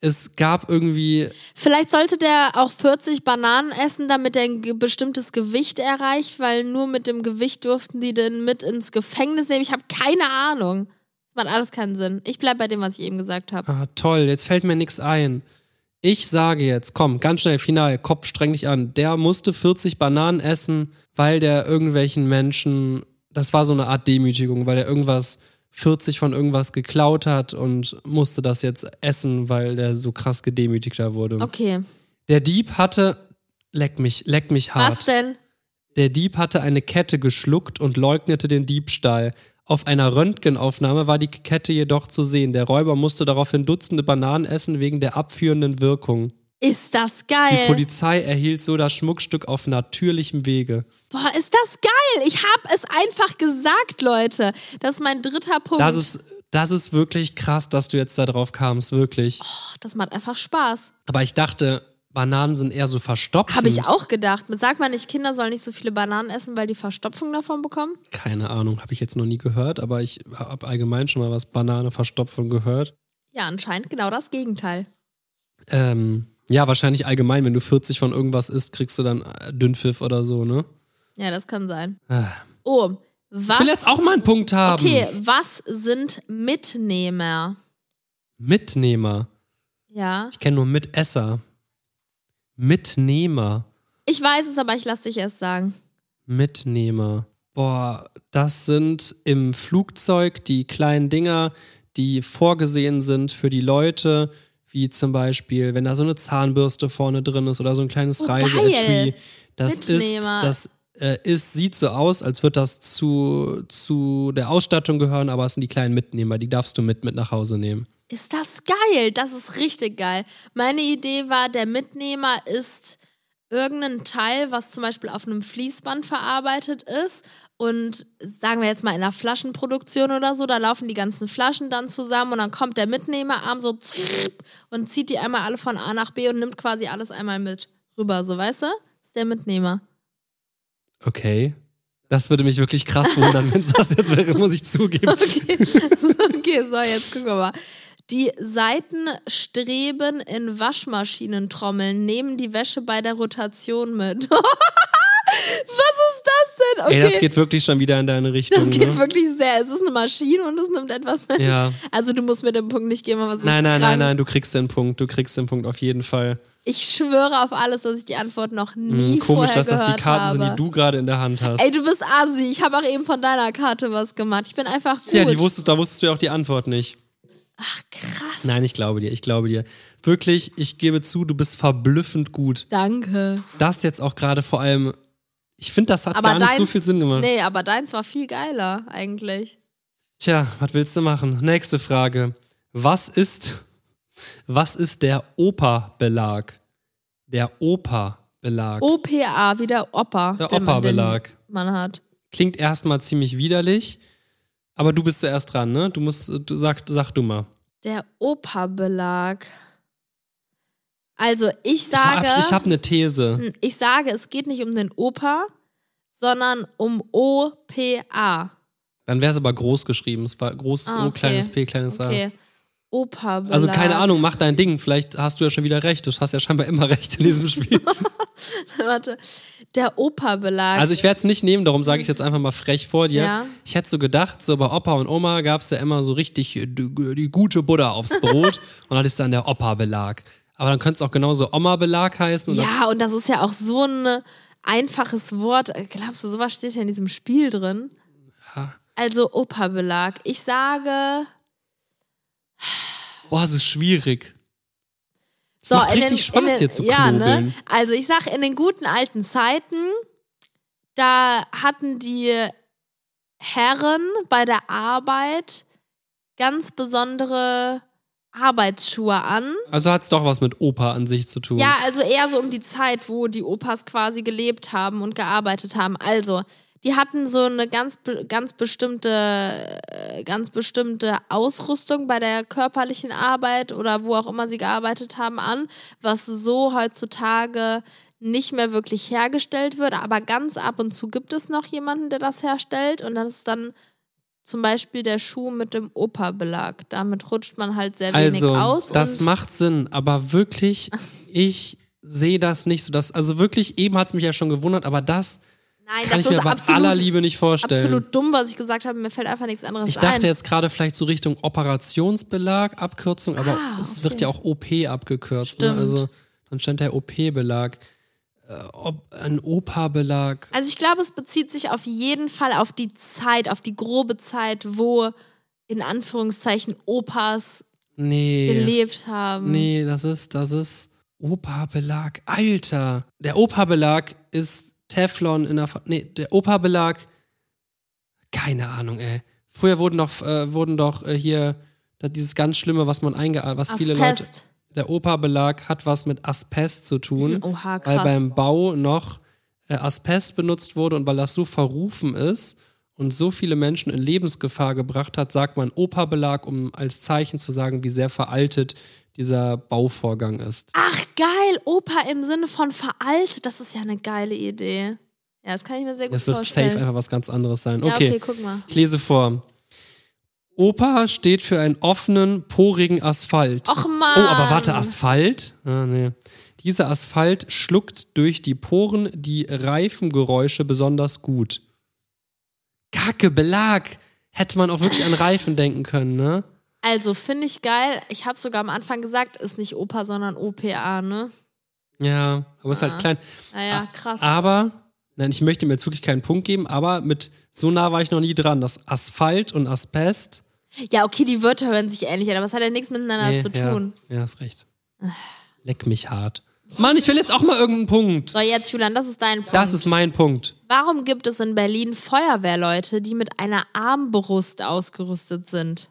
S2: es gab irgendwie.
S1: Vielleicht sollte der auch 40 Bananen essen, damit er ein ge- bestimmtes Gewicht erreicht, weil nur mit dem Gewicht durften die den mit ins Gefängnis nehmen. Ich habe keine Ahnung. Das macht alles keinen Sinn. Ich bleibe bei dem, was ich eben gesagt habe.
S2: Ah, toll, jetzt fällt mir nichts ein. Ich sage jetzt, komm, ganz schnell, final, Kopf, streng dich an. Der musste 40 Bananen essen, weil der irgendwelchen Menschen, das war so eine Art Demütigung, weil er irgendwas, 40 von irgendwas geklaut hat und musste das jetzt essen, weil der so krass gedemütigter wurde.
S1: Okay,
S2: Der Dieb hatte, leck mich, leck mich hart.
S1: was denn?
S2: Der Dieb hatte eine Kette geschluckt und leugnete den Diebstahl. Auf einer Röntgenaufnahme war die Kette jedoch zu sehen. Der Räuber musste daraufhin Dutzende Bananen essen wegen der abführenden Wirkung.
S1: Ist das
S2: Die
S1: geil?
S2: Polizei erhielt so das Schmuckstück auf natürlichem Wege.
S1: Boah, ist das geil? Ich habe es einfach gesagt, Leute. Das ist mein dritter Punkt.
S2: Das ist, das ist wirklich krass, dass du jetzt da drauf kamst, wirklich.
S1: Boah, das macht einfach Spaß.
S2: Aber ich dachte, Bananen sind eher so verstopft.
S1: Habe ich auch gedacht. Sagt man nicht, Kinder sollen nicht so viele Bananen essen, weil die Verstopfung davon bekommen?
S2: Keine Ahnung, habe ich jetzt noch nie gehört, aber ich habe allgemein schon mal was Banane-Verstopfung gehört.
S1: Ja, anscheinend genau das Gegenteil.
S2: Ähm, ja, wahrscheinlich allgemein, wenn du 40 von irgendwas isst, kriegst du dann äh, Dünnpfiff oder so, ne?
S1: Ja, das kann sein.
S2: Ah.
S1: Oh,
S2: Ich will
S1: was?
S2: jetzt auch mal einen Punkt haben.
S1: Okay, was sind Mitnehmer?
S2: Mitnehmer.
S1: Ja.
S2: Ich kenne nur Mitesser. Mitnehmer.
S1: Ich weiß es, aber ich lasse dich erst sagen.
S2: Mitnehmer. Boah, das sind im Flugzeug die kleinen Dinger, die vorgesehen sind für die Leute, wie zum Beispiel, wenn da so eine Zahnbürste vorne drin ist oder so ein kleines
S1: Oh,
S2: Reiseetui.
S1: geil.
S2: Das ist,
S1: Mitnehmer.
S2: das äh, ist, sieht so aus, als wird das zu, zu der Ausstattung gehören, aber es sind die kleinen Mitnehmer, die darfst du mit, mit nach Hause nehmen.
S1: Ist das geil? Das ist richtig geil. Meine Idee war, der Mitnehmer ist irgendein Teil, was zum Beispiel auf einem Fließband verarbeitet ist. Und sagen wir jetzt mal in einer Flaschenproduktion oder so, da laufen die ganzen Flaschen dann zusammen und dann kommt der Mitnehmerarm so zirp und zieht die einmal alle von A nach B und nimmt quasi alles einmal mit rüber, so weißt du? Ist der Mitnehmer.
S2: Okay. Das würde mich wirklich krass wundern, wenn es das jetzt wäre, muss ich zugeben.
S1: Okay. okay, so, jetzt gucken wir mal. Die Seitenstreben in Waschmaschinentrommeln nehmen die Wäsche bei der Rotation mit. Was ist das denn? Okay,
S2: Ey, das geht wirklich schon wieder in deine Richtung.
S1: das geht
S2: ne?
S1: wirklich sehr. Es ist eine Maschine und es nimmt etwas mit.
S2: Ja.
S1: Also du musst mir den Punkt nicht geben, aber es
S2: Nein,
S1: ist
S2: nein,
S1: krank.
S2: nein, nein, du kriegst den Punkt. Du kriegst den Punkt auf jeden Fall.
S1: Ich schwöre auf alles, dass ich die Antwort noch nie
S2: Hm, komisch,
S1: vorher
S2: dass das die
S1: gehört
S2: Karten
S1: habe.
S2: sind, die du gerade in der Hand hast.
S1: Ey, du bist Asi. Ich habe auch eben von deiner Karte was gemacht. Ich bin einfach gut.
S2: ja, die wusstest, da wusstest du ja auch die Antwort nicht.
S1: Ach, krass.
S2: Nein, ich glaube dir, ich glaube dir. Wirklich, ich gebe zu, du bist verblüffend gut.
S1: Danke.
S2: Das jetzt auch gerade vor allem, ich finde, das hat
S1: Aber
S2: gar nicht
S1: deins,
S2: so viel Sinn gemacht.
S1: Nee, aber deins war viel geiler eigentlich.
S2: Tja, was willst du machen? Nächste Frage. Was ist, was ist der Opa-Belag? Der Opa-Belag.
S1: OPA, wie der Opa.
S2: Der
S1: den man- den
S2: Opa-Belag.
S1: Man hat.
S2: Klingt erstmal ziemlich widerlich, aber du bist zuerst dran, ne? Du musst, du, sag, sag du mal.
S1: Der Opa-Belag. Also, ich
S2: Ich hab-
S1: sage, Hm.
S2: ich habe eine These.
S1: ich, sage, es geht nicht um den Opa, sondern um OPA.
S2: Dann wäre es aber groß geschrieben. Es war großes
S1: Ah,
S2: O,
S1: okay.
S2: kleines P, kleines
S1: Okay.
S2: A.
S1: Opa-Belag.
S2: Also keine Ahnung, mach dein Ding. Vielleicht hast du ja schon wieder recht. Du hast ja scheinbar immer recht in diesem Spiel.
S1: Warte. Der Opa-Belag.
S2: also ich werde es nicht nehmen, darum sage ich jetzt einfach mal frech vor dir.
S1: Ja.
S2: Ich hätte so gedacht, so bei Opa und Oma gab es ja immer so richtig äh, die, die gute Butter aufs Brot und dann ist dann der Opa-Belag. Aber dann könnte es auch genauso Oma-Belag heißen. Und
S1: ja, und das ist ja auch so ein einfaches Wort. Glaubst du, sowas steht ja in diesem Spiel drin?
S2: dann,
S1: Also Opa-Belag. Ich sage.
S2: boah, es ist schwierig. Es
S1: So,
S2: macht
S1: in
S2: richtig
S1: den,
S2: Spaß
S1: in den,
S2: hier zu
S1: ja, ne?
S2: knobeln.
S1: Also ich sag, in den guten alten Zeiten, da hatten die Herren bei der Arbeit ganz besondere Arbeitsschuhe an.
S2: Also hat es doch was mit Opa an sich zu tun.
S1: Ja, also eher so um die Zeit, wo die Opas quasi gelebt haben und gearbeitet haben. Also, die hatten so eine ganz, be- ganz bestimmte, äh, ganz bestimmte Ausrüstung bei der körperlichen Arbeit oder wo auch immer sie gearbeitet haben an, was so heutzutage nicht mehr wirklich hergestellt wird. Aber ganz ab und zu gibt es noch jemanden, der das herstellt und das ist dann zum Beispiel der Schuh mit dem Opa-Belag. Damit rutscht man halt sehr wenig
S2: Also,
S1: aus.
S2: das
S1: und
S2: macht Sinn, aber wirklich, ich sehe das nicht so. Dass, also wirklich, eben hat es mich ja schon gewundert, aber das
S1: Nein,
S2: kann
S1: das
S2: ich mir
S1: ist
S2: bei
S1: absolut
S2: aller Liebe nicht vorstellen.
S1: absolut dumm, was ich gesagt habe. Mir fällt einfach nichts anderes
S2: Ich dachte
S1: ein.
S2: jetzt gerade vielleicht so Richtung Operationsbelag, Abkürzung, aber
S1: Ah,
S2: es
S1: okay.
S2: wird ja auch OP abgekürzt. Ne?
S1: Stimmt.
S2: Also dann stand der OP-Belag. Äh, ob- ein Opa-Belag.
S1: also ich glaube, es bezieht sich auf jeden Fall auf die Zeit, auf die grobe Zeit, wo in Anführungszeichen Opas
S2: Nee.
S1: gelebt haben.
S2: Nee, das ist, das ist Opa-Belag. Alter. Der Opa-Belag ist Teflon in der. Fa nee, der Opa-Belag. Keine Ahnung, ey. Früher wurden doch, äh, wurden doch äh, hier da dieses ganz Schlimme, was man einge was viele Leute
S1: Asbest.
S2: der Opa-Belag hat was mit Asbest zu tun,
S1: Oha,
S2: weil
S1: krass.
S2: beim Bau noch äh, Asbest benutzt wurde und weil das so verrufen ist und so viele Menschen in Lebensgefahr gebracht hat, sagt man Opa-Belag, um als Zeichen zu sagen, wie sehr veraltet dieser Bauvorgang ist.
S1: Ach geil, Opa im Sinne von veraltet. Das ist ja eine geile Idee. Ja, das kann ich mir sehr gut
S2: Das wird
S1: vorstellen.
S2: safe einfach was ganz anderes sein.
S1: ja, okay,
S2: Okay,
S1: guck mal.
S2: ich lese vor. Opa steht für einen offenen, porigen Asphalt.
S1: Och man.
S2: Oh, aber warte, Asphalt? Ah, nee. Dieser Asphalt schluckt durch die Poren die Reifengeräusche besonders gut. Kacke, Belag! Hätte man auch wirklich an Reifen denken können, ne?
S1: Also finde ich geil. Ich habe sogar am Anfang gesagt, ist nicht Opa, sondern OPA, ne?
S2: Ja, aber ist halt
S1: Ah.
S2: klein.
S1: Naja,
S2: ah,
S1: krass.
S2: Aber, nein, ich möchte mir jetzt wirklich keinen Punkt geben, aber mit so nah war ich noch nie dran, dass Asphalt und Asbest
S1: Ja, okay, die Wörter hören sich ähnlich an, aber es hat ja nichts miteinander
S2: Nee,
S1: zu
S2: ja,
S1: tun. Ah.
S2: Ja, hast recht. Leck mich hart. Mann, ich will jetzt auch mal irgendeinen Punkt.
S1: So, jetzt, Julian, das ist dein Punkt.
S2: Das ist mein Punkt.
S1: Warum gibt es in Berlin Feuerwehrleute, die mit einer Armbrust ausgerüstet sind?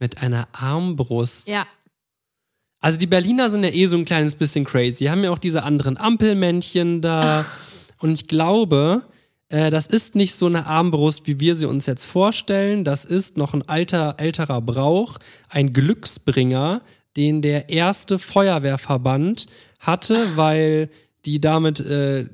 S2: Mit einer Armbrust.
S1: Ja.
S2: Also die Berliner sind ja eh so ein kleines bisschen crazy. Die haben ja auch diese anderen Ampelmännchen da. Und ich glaube, äh, das ist nicht so eine Armbrust, wie wir sie uns jetzt vorstellen. Das ist noch ein alter, älterer Brauch, ein Glücksbringer, den der erste Feuerwehrverband hatte, weil die damit äh,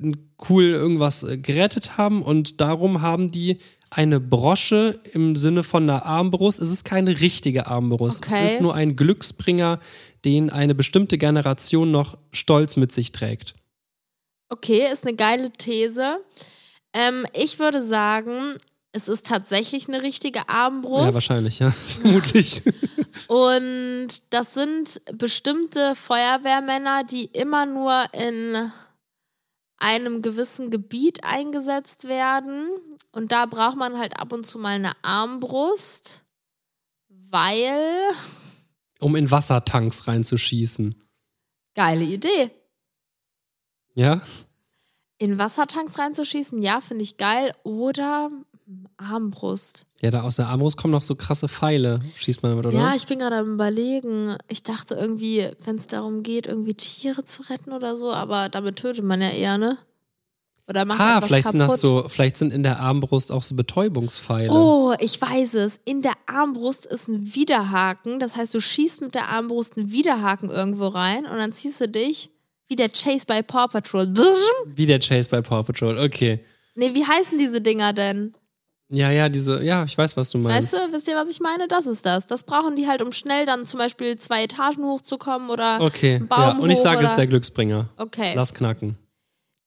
S2: cool irgendwas äh, gerettet haben. Und darum haben die eine Brosche im Sinne von einer Armbrust. Es ist keine richtige Armbrust.
S1: Okay.
S2: Es ist nur nur ein Glücksbringer, den eine bestimmte Generation noch stolz mit sich trägt.
S1: Okay, ist eine geile These. Ähm, ich würde sagen, es ist tatsächlich eine richtige Armbrust.
S2: Ja, wahrscheinlich, ja. Vermutlich.
S1: Und das sind bestimmte Feuerwehrmänner, die immer nur in einem gewissen Gebiet eingesetzt werden. Und da braucht man halt ab und zu mal eine Armbrust, weil.
S2: Um in Wassertanks reinzuschießen.
S1: Geile Idee.
S2: Ja?
S1: In Wassertanks reinzuschießen, ja, finde ich geil. Oder Armbrust.
S2: Ja, da aus der Armbrust kommen noch so krasse Pfeile, schießt man damit, oder?
S1: Ja, ich bin gerade am Überlegen. Ich dachte irgendwie, wenn es darum geht, irgendwie Tiere zu retten oder so, aber damit tötet man ja eher, ne? Oder macht
S2: ha,
S1: etwas
S2: Ah, vielleicht
S1: kaputt.
S2: sind das so, vielleicht sind in der Armbrust auch so Betäubungspfeile.
S1: Oh, ich weiß es. In der Armbrust ist ein Widerhaken. Das heißt, du schießt mit der Armbrust einen Widerhaken irgendwo rein und dann ziehst du dich wie der Chase bei Paw Patrol. Brrrm.
S2: Wie der Chase bei Paw Patrol, okay.
S1: Nee, wie heißen diese Dinger denn?
S2: Ja, ja, diese, ja, ich weiß, was du meinst.
S1: Weißt du, wisst ihr, was ich meine? Das ist das. Das brauchen die halt, um schnell dann zum Beispiel zwei Etagen hochzukommen oder
S2: Okay,
S1: einen Baum
S2: ja, und ich
S1: hoch
S2: sage, es
S1: oder...
S2: ist der Glücksbringer.
S1: Okay.
S2: Lass knacken.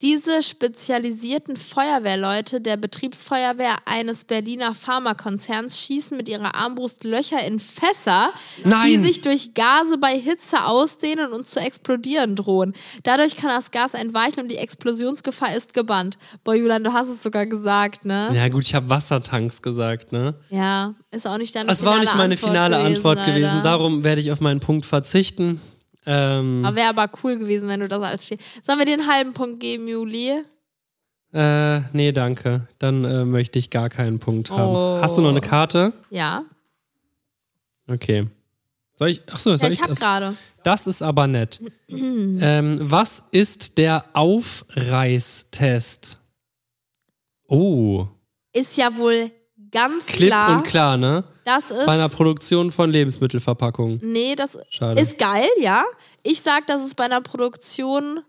S1: Diese spezialisierten Feuerwehrleute der Betriebsfeuerwehr eines Berliner Pharmakonzerns schießen mit ihrer Armbrust Löcher in Fässer, die
S2: Nein!
S1: sich durch Gase bei Hitze ausdehnen und zu explodieren drohen. Dadurch kann das Gas entweichen und die Explosionsgefahr ist gebannt. Boah, Julian, du hast es sogar gesagt, ne?
S2: Ja, gut, ich habe Wassertanks gesagt, ne?
S1: Ja, ist auch nicht deine
S2: Das war
S1: finale Antwort
S2: nicht meine finale
S1: gewesen,
S2: Antwort gewesen.
S1: Alter.
S2: Darum werde ich auf meinen Punkt verzichten. Ähm,
S1: Aber wäre aber cool gewesen, wenn du das als viel. Sollen wir dir einen halben Punkt geben, Juli?
S2: äh, nee, danke. Dann äh, möchte ich gar keinen Punkt
S1: Oh.
S2: haben. Hast du noch eine Karte?
S1: Ja.
S2: Okay. Soll ich? Achso,
S1: ja
S2: soll ich,
S1: ich hab
S2: das?
S1: gerade.
S2: Das ist aber nett. ähm, was ist der Aufreißtest? Oh,
S1: Ist ja wohl ganz
S2: klipp
S1: klar.
S2: und klar, ne?
S1: Das ist.
S2: Bei einer Produktion von Lebensmittelverpackungen.
S1: nee, das
S2: Schade.
S1: ist geil, ja. Ich sag, das ist bei einer Produktion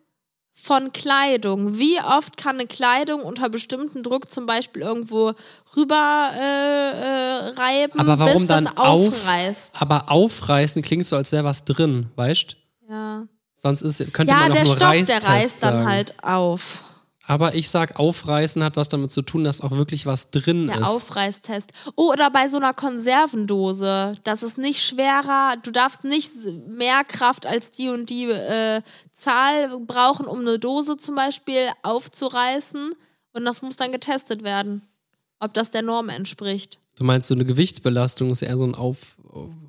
S1: von Kleidung. Wie oft kann eine Kleidung unter bestimmtem Druck zum Beispiel irgendwo rüber äh, äh, reiben,
S2: aber warum
S1: bis
S2: dann
S1: das aufreißt?
S2: Auf, aber aufreißen klingt so, als wäre was drin, weißt?
S1: ja,
S2: Sonst ist, könnte
S1: ja
S2: man auch
S1: der
S2: nur
S1: Stoff, der
S2: Reistest
S1: reißt dann
S2: sagen.
S1: halt auf.
S2: Aber ich sag, aufreißen hat was damit zu tun, dass auch wirklich was drin
S1: Der
S2: ist.
S1: Aufreißtest. Oh, oder bei so einer Konservendose. Das ist nicht schwerer. Du darfst nicht mehr Kraft als die und die äh, Zahl brauchen, um eine Dose zum Beispiel aufzureißen. Und das muss dann getestet werden, ob das der Norm entspricht.
S2: du meinst, so eine Gewichtsbelastung ist eher so ein Auf...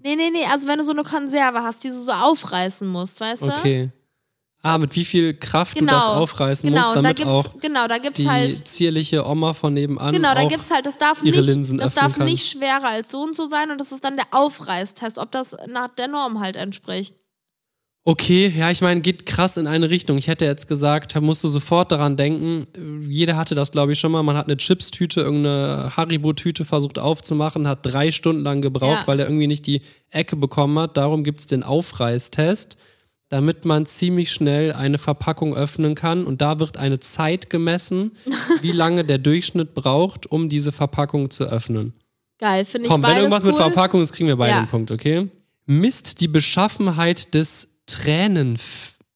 S1: Nee, nee, nee. Also, wenn du so eine Konserve hast, die du so aufreißen musst, weißt du?
S2: Okay. Ah, mit wie viel Kraft du das aufreißen
S1: genau.
S2: musst,
S1: und da
S2: damit
S1: gibt's,
S2: auch
S1: genau, da gibt's
S2: die
S1: halt.
S2: zierliche Oma von nebenan
S1: Genau, da
S2: auch
S1: gibt's halt, das darf,
S2: ihre
S1: nicht,
S2: Linsen
S1: das
S2: öffnen
S1: darf
S2: kann.
S1: nicht schwerer als so und so sein und das ist dann der Aufreißtest, ob das nach der Norm halt entspricht.
S2: Okay, ja, ich meine, geht krass in eine Richtung. Ich hätte jetzt gesagt, da musst du sofort daran denken. Jeder hatte das, glaube ich, schon mal. Man hat eine Chips-Tüte, irgendeine Haribo-Tüte versucht aufzumachen, hat drei Stunden lang gebraucht,
S1: Ja.
S2: weil er irgendwie nicht die Ecke bekommen hat. Darum gibt es den Aufreißtest, damit man ziemlich schnell eine Verpackung öffnen kann. Und da wird eine Zeit gemessen, wie lange der Durchschnitt braucht, um diese Verpackung zu öffnen.
S1: Geil, finde ich
S2: Komm, wenn
S1: beides
S2: irgendwas
S1: cool.
S2: mit Verpackung ist, kriegen wir beide
S1: Ja.
S2: einen Punkt, okay? Misst die Beschaffenheit des Tränen...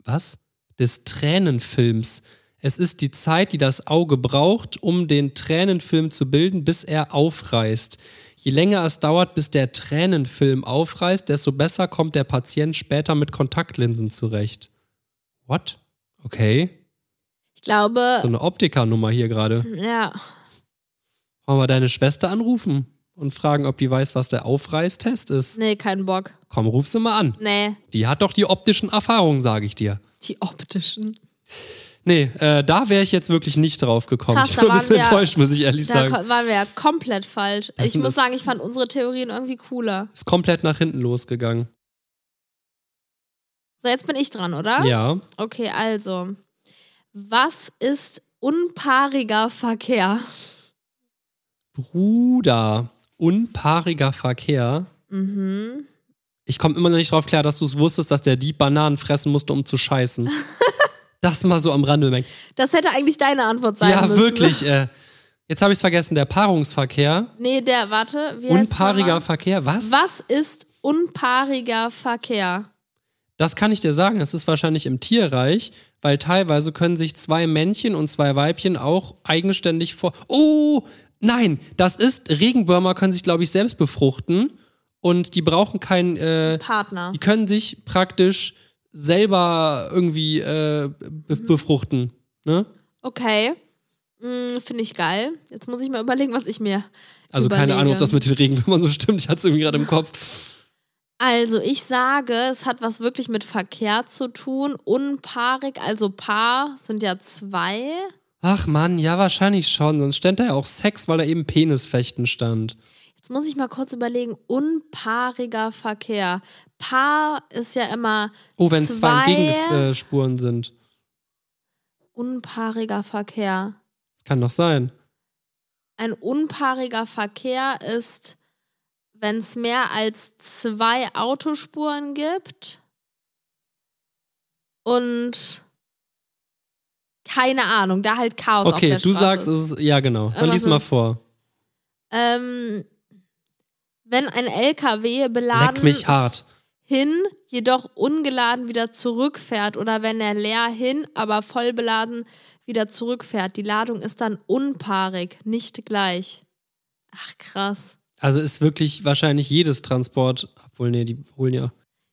S2: Was? Des Tränenfilms. Es ist die Zeit, die das Auge braucht, um den Tränenfilm zu bilden, bis er aufreißt. Je länger es dauert, bis der Tränenfilm aufreißt, desto besser kommt der Patient später mit Kontaktlinsen zurecht. What? Okay.
S1: ich glaube,
S2: So eine Optikernummer hier gerade.
S1: ja,
S2: Wollen wir deine Schwester anrufen? und fragen, ob die weiß, was der Aufreißtest ist.
S1: Nee, keinen Bock.
S2: Komm, ruf sie mal an.
S1: Nee,
S2: Die hat doch die optischen Erfahrungen, sage ich dir.
S1: die optischen.
S2: Nee, äh, da wäre ich jetzt wirklich nicht drauf gekommen.
S1: Krass,
S2: ich bin
S1: da
S2: ein bisschen
S1: waren wir-
S2: enttäuscht, muss ich ehrlich
S1: Da
S2: sagen.
S1: ko- waren wir ja komplett falsch.
S2: Was
S1: ich
S2: denn
S1: muss
S2: das?
S1: sagen, ich fand unsere Theorien irgendwie cooler.
S2: Ist komplett nach hinten losgegangen.
S1: So, jetzt bin ich dran, oder?
S2: Ja.
S1: Okay, also. Was ist unpaariger Verkehr?
S2: Bruder, unpaariger Verkehr.
S1: Mhm.
S2: Ich komme immer noch nicht drauf klar, dass du es wusstest, dass der Dieb Bananen fressen musste, um zu scheißen. das mal so am Rande bemerkt.
S1: Das hätte eigentlich deine Antwort sein
S2: ja,
S1: müssen.
S2: wirklich. Äh, jetzt habe ich es vergessen. Der Paarungsverkehr.
S1: Nee, der, warte. Wie heißt
S2: Unpaariger
S1: nochmal?
S2: Verkehr. Was?
S1: Was ist unpaariger Verkehr?
S2: Das kann ich dir sagen. Das ist wahrscheinlich im Tierreich, weil teilweise können sich zwei Männchen und zwei Weibchen auch eigenständig vor. Oh, nein, das ist. Regenwürmer können sich, glaube ich, selbst befruchten und die brauchen keinen. Äh,
S1: Partner.
S2: Die können sich praktisch selber irgendwie äh, be befruchten. Ne?
S1: Okay. Hm, Finde ich geil. Jetzt muss ich mal überlegen, was ich mir.
S2: Also
S1: überlege.
S2: keine Ahnung, ob das mit den Regenwürmern so stimmt. Ich hatte es irgendwie gerade im Kopf.
S1: Also, ich sage, es hat was wirklich mit Verkehr zu tun. Unpaarig, also Paar sind ja zwei.
S2: Ach Mann, ja wahrscheinlich schon. Sonst stand da ja auch Sex, weil da eben Penisfechten stand.
S1: Jetzt muss ich mal kurz überlegen. Unpaariger Verkehr. Paar ist ja immer
S2: Oh, wenn zwei,
S1: Zwei-
S2: Gegenspuren sind.
S1: unpaariger Verkehr.
S2: Das kann doch sein.
S1: Ein unpaariger Verkehr ist, wenn es mehr als zwei Autospuren gibt und keine Ahnung, da halt Chaos auf
S2: okay,
S1: der
S2: du
S1: Straße Also
S2: sagst
S1: ist.
S2: es. Ja, genau. Dann
S1: Irgendwas
S2: lies mal
S1: mit-
S2: vor.
S1: Ähm, wenn ein LKW beladen
S2: Leck mich hart.
S1: hin, jedoch ungeladen wieder zurückfährt oder wenn er leer hin, aber voll beladen wieder zurückfährt. Die Ladung ist dann unpaarig, nicht gleich. Ach krass.
S2: Also ist wirklich wahrscheinlich jedes Transport. Obwohl, nee, die holen ja.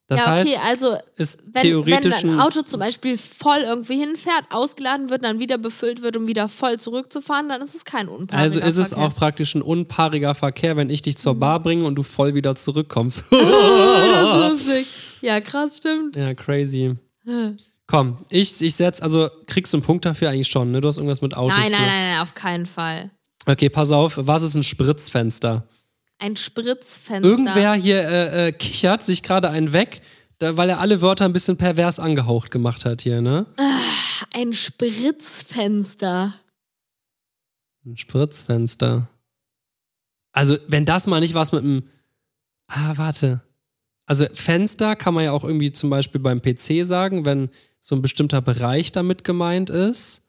S2: Das
S1: ja, okay,
S2: heißt,
S1: also
S2: ist
S1: wenn, wenn
S2: theoretisch
S1: ein
S2: ein
S1: Auto zum Beispiel voll irgendwie hinfährt, ausgeladen wird, dann wieder befüllt wird, um wieder voll zurückzufahren, dann ist es kein unpaariger
S2: Also ist es
S1: Verkehr.
S2: auch praktisch ein unpaariger Verkehr, wenn ich dich zur
S1: Mhm.
S2: Bar bringe und du voll wieder zurückkommst. Oh.
S1: Das ist lustig. Ja, krass, stimmt.
S2: ja, crazy. Komm, ich, ich setz, also kriegst du einen Punkt dafür eigentlich schon, ne? Du hast irgendwas mit Autos.
S1: Nein, nein,
S2: gemacht.
S1: nein, nein, auf keinen Fall.
S2: Okay, pass auf, was ist ein Spritzfenster?
S1: Ein Spritzfenster.
S2: Irgendwer hier äh, äh, kichert sich gerade einen weg, da, weil er alle Wörter ein bisschen pervers angehaucht gemacht hat hier, ne?
S1: Ein Spritzfenster.
S2: Ein Spritzfenster. Also, wenn das mal nicht was mit einem. Ah, warte. Also, Fenster kann man ja auch irgendwie zum Beispiel beim PC sagen, wenn so ein bestimmter Bereich damit gemeint ist.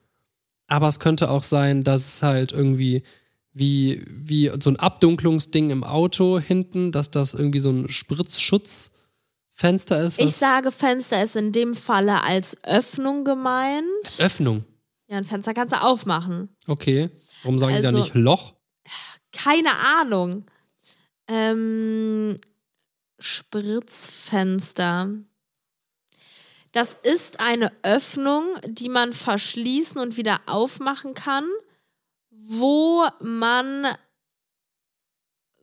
S2: Aber es könnte auch sein, dass es halt irgendwie wie, wie so ein Abdunklungsding im Auto hinten, dass das irgendwie so ein Spritzschutzfenster ist.
S1: Ich
S2: Was?
S1: sage, Fenster ist in dem Falle als Öffnung gemeint.
S2: Öffnung.
S1: Ja, ein Fenster kannst du aufmachen.
S2: Okay. Warum sagen die da
S1: Also-
S2: nicht Loch?
S1: Keine Ahnung. Ähm, Spritzfenster. Das ist eine Öffnung, die man verschließen und wieder aufmachen kann, wo man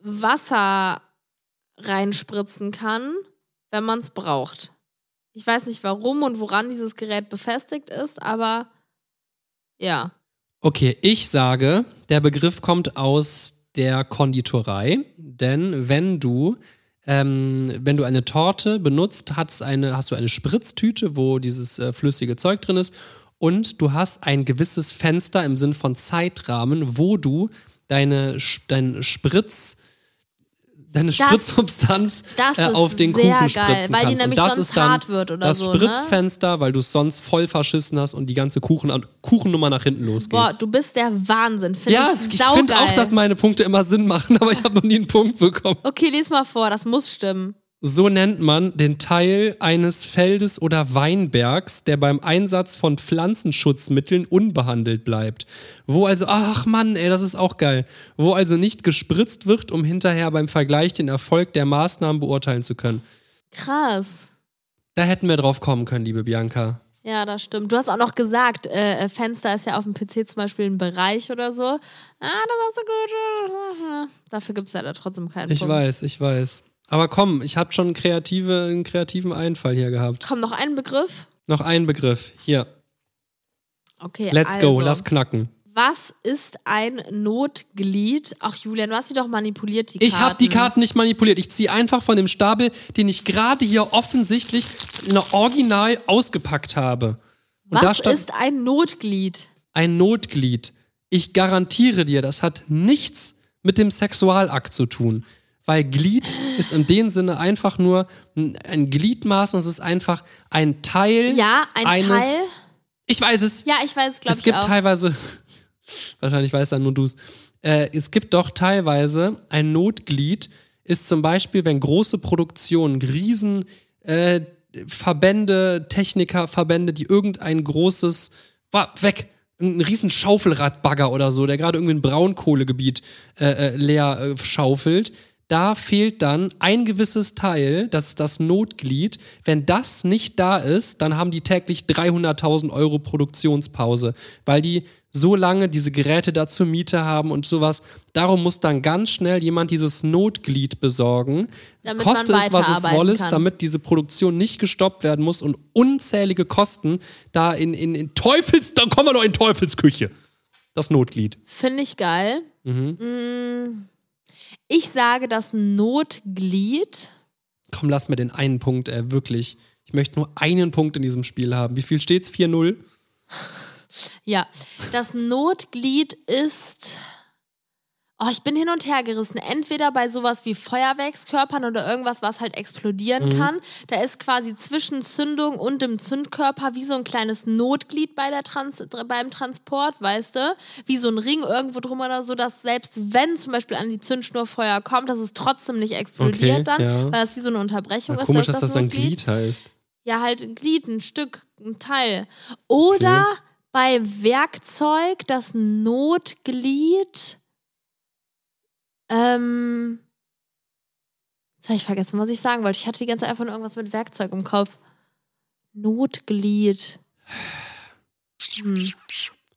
S1: Wasser reinspritzen kann, wenn man es braucht. Ich weiß nicht warum und woran dieses Gerät befestigt ist, aber ja.
S2: Okay, ich sage, der Begriff kommt aus der Konditorei, denn wenn du ähm, wenn du eine Torte benutzt, hat's eine, hast du eine Spritztüte, wo dieses äh, flüssige Zeug drin ist und du hast ein gewisses Fenster im Sinn von Zeitrahmen, wo du deine, Sch- dein Spritz, deine Spritzsubstanz
S1: das
S2: äh,
S1: ist
S2: auf den
S1: sehr geil,
S2: Kuchen spritzen
S1: weil die
S2: kannst.
S1: nämlich
S2: und das
S1: sonst
S2: ist dann
S1: hart wird oder
S2: das
S1: so, ne?
S2: Spritzfenster, weil du es sonst voll verschissen hast und die ganze Kuchen, Kuchennummer nach hinten losgeht.
S1: Boah, du bist der Wahnsinn. Finde
S2: ja,
S1: ich
S2: ich finde
S1: saugeil.
S2: auch, dass meine Punkte immer Sinn machen, aber ich habe noch nie einen Punkt bekommen.
S1: okay, lies mal vor, das muss stimmen.
S2: So nennt man den Teil eines Feldes oder Weinbergs, der beim Einsatz von Pflanzenschutzmitteln unbehandelt bleibt. Wo also, ach Mann, ey, das ist auch geil. Wo also nicht gespritzt wird, um hinterher beim Vergleich den Erfolg der Maßnahmen beurteilen zu können.
S1: Krass.
S2: Da hätten wir drauf kommen können, liebe Bianca.
S1: Ja, das stimmt. Du hast auch noch gesagt, äh, Fenster ist ja auf dem PC zum Beispiel ein Bereich oder so. Ah, das hast du gut. Dafür gibt es leider trotzdem keinen
S2: Ich
S1: Punkt.
S2: weiß, ich weiß. Aber komm, ich habe schon kreative, einen kreativen Einfall hier gehabt.
S1: Komm, noch einen Begriff.
S2: Noch ein Begriff. Hier.
S1: Okay,
S2: Let's
S1: also,
S2: go, lass knacken.
S1: Was ist ein Notglied? Ach, Julian, du hast sie doch manipuliert, die
S2: Ich
S1: Karten.
S2: habe die Karten nicht manipuliert. Ich ziehe einfach von dem Stapel, den ich gerade hier offensichtlich eine original ausgepackt habe. Und da
S1: Was
S2: stand
S1: ist ein Notglied?
S2: ein Notglied. Ich garantiere dir, das hat nichts mit dem Sexualakt zu tun. Weil Glied ist in dem Sinne einfach nur ein- ein Gliedmaß und es ist einfach ein Teil
S1: Ja, ein
S2: eines.
S1: Teil.
S2: Ich weiß es.
S1: Ja, ich weiß, glaube
S2: es
S1: ich
S2: gibt
S1: auch.
S2: teilweise, wahrscheinlich weiß dann nur du es, äh, es gibt doch teilweise ein Notglied, ist zum Beispiel, wenn große Produktionen, Riesen, äh, Verbände, Technikerverbände, die irgendein großes, Wah, weg, ein riesen Schaufelradbagger oder so, der gerade irgendwie ein Braunkohlegebiet äh, äh, leer äh, schaufelt, da fehlt dann ein gewisses Teil, das ist das Notglied. Wenn das nicht da ist, dann haben die täglich 300.000 Euro Produktionspause, weil die so lange diese Geräte da zur Miete haben und sowas. Darum muss dann ganz schnell jemand dieses Notglied besorgen,
S1: Damit
S2: koste
S1: man
S2: es, was es
S1: weiterarbeiten
S2: wolle, ist,
S1: kann.
S2: damit diese Produktion nicht gestoppt werden muss und unzählige Kosten da in, in, in Teufels, da kommen wir doch in Teufelsküche. Das Notglied.
S1: Finde ich geil.
S2: Mhm.
S1: Mm. Ich sage das Notglied.
S2: Komm, lass mir den einen Punkt, äh, wirklich. Ich möchte nur einen Punkt in diesem Spiel haben. Wie viel steht's? 4-0?
S1: Ja, das Notglied ist. Oh, ich bin hin und her gerissen. Entweder bei sowas wie Feuerwerkskörpern oder irgendwas, was halt explodieren
S2: Mhm.
S1: kann. Da ist quasi zwischen Zündung und dem Zündkörper wie so ein kleines Notglied bei der Trans dr- beim Transport, weißt du? Wie so ein Ring irgendwo drum oder so, dass selbst wenn zum Beispiel an die Zündschnur Feuer kommt, dass es trotzdem nicht explodiert
S2: Okay,
S1: dann,
S2: ja.
S1: weil das wie so eine Unterbrechung ist.
S2: komisch,
S1: da ist
S2: dass das dann
S1: Notglied.
S2: Glied heißt.
S1: Ja, halt ein Glied, ein Stück, ein Teil. Oder bei Werkzeug das Notglied. Ähm. Jetzt habe ich vergessen, was ich sagen wollte. Ich hatte die ganze Zeit einfach nur irgendwas mit Werkzeug im Kopf. Notglied. Hm.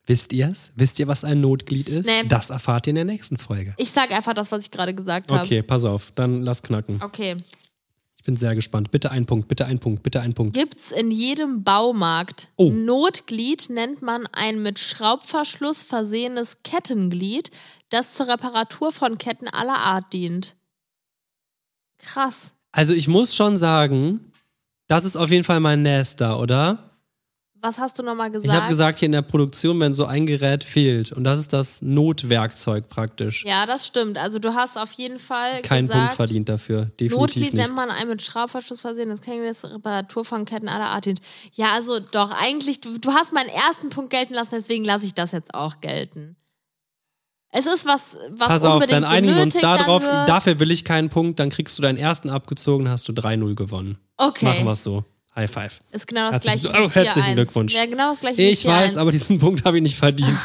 S2: Wisst ihr's? Wisst ihr, was ein Notglied ist?
S1: Nee.
S2: Das erfahrt ihr in der nächsten Folge.
S1: Ich sage einfach das, was ich gerade gesagt habe.
S2: Okay, pass auf, dann lass knacken.
S1: Okay.
S2: Ich bin sehr gespannt. Bitte einen Punkt, bitte einen Punkt, bitte einen Punkt.
S1: Gibt's in jedem Baumarkt.
S2: Oh.
S1: Notglied nennt man ein mit Schraubverschluss versehenes Kettenglied, das zur Reparatur von Ketten aller Art dient. Krass.
S2: Also ich muss schon sagen, das ist auf jeden Fall mein Nächster, oder?
S1: Was hast du nochmal gesagt?
S2: Ich habe gesagt, hier in der Produktion, wenn so ein Gerät fehlt, und das ist das Notwerkzeug praktisch.
S1: Ja, das stimmt. Also du hast auf jeden Fall
S2: Keinen
S1: gesagt,
S2: Punkt verdient dafür, definitiv
S1: Notglied
S2: nicht.
S1: nennt man ein mit Schraubverschluss versehenes Kettenglied, das zur Reparatur von Ketten aller Art dient. Ja, also doch, eigentlich, du, du hast meinen ersten Punkt gelten lassen, deswegen lasse ich das jetzt auch gelten. Es ist was, was
S2: Pass auf,
S1: unbedingt
S2: dann einigen wir uns
S1: benötigt dann
S2: darauf.
S1: wird.
S2: Dafür will ich keinen Punkt, dann kriegst du deinen ersten abgezogen, hast du 3-0 gewonnen.
S1: Okay.
S2: Machen wir es so. High five.
S1: Ist genau das
S2: Herzlichen-
S1: gleiche. wie
S2: oh, herzlichen
S1: 4-1.
S2: Glückwunsch.
S1: Ja, genau das gleiche. wie
S2: Ich weiß,
S1: 4-1.
S2: aber diesen Punkt habe ich nicht verdient.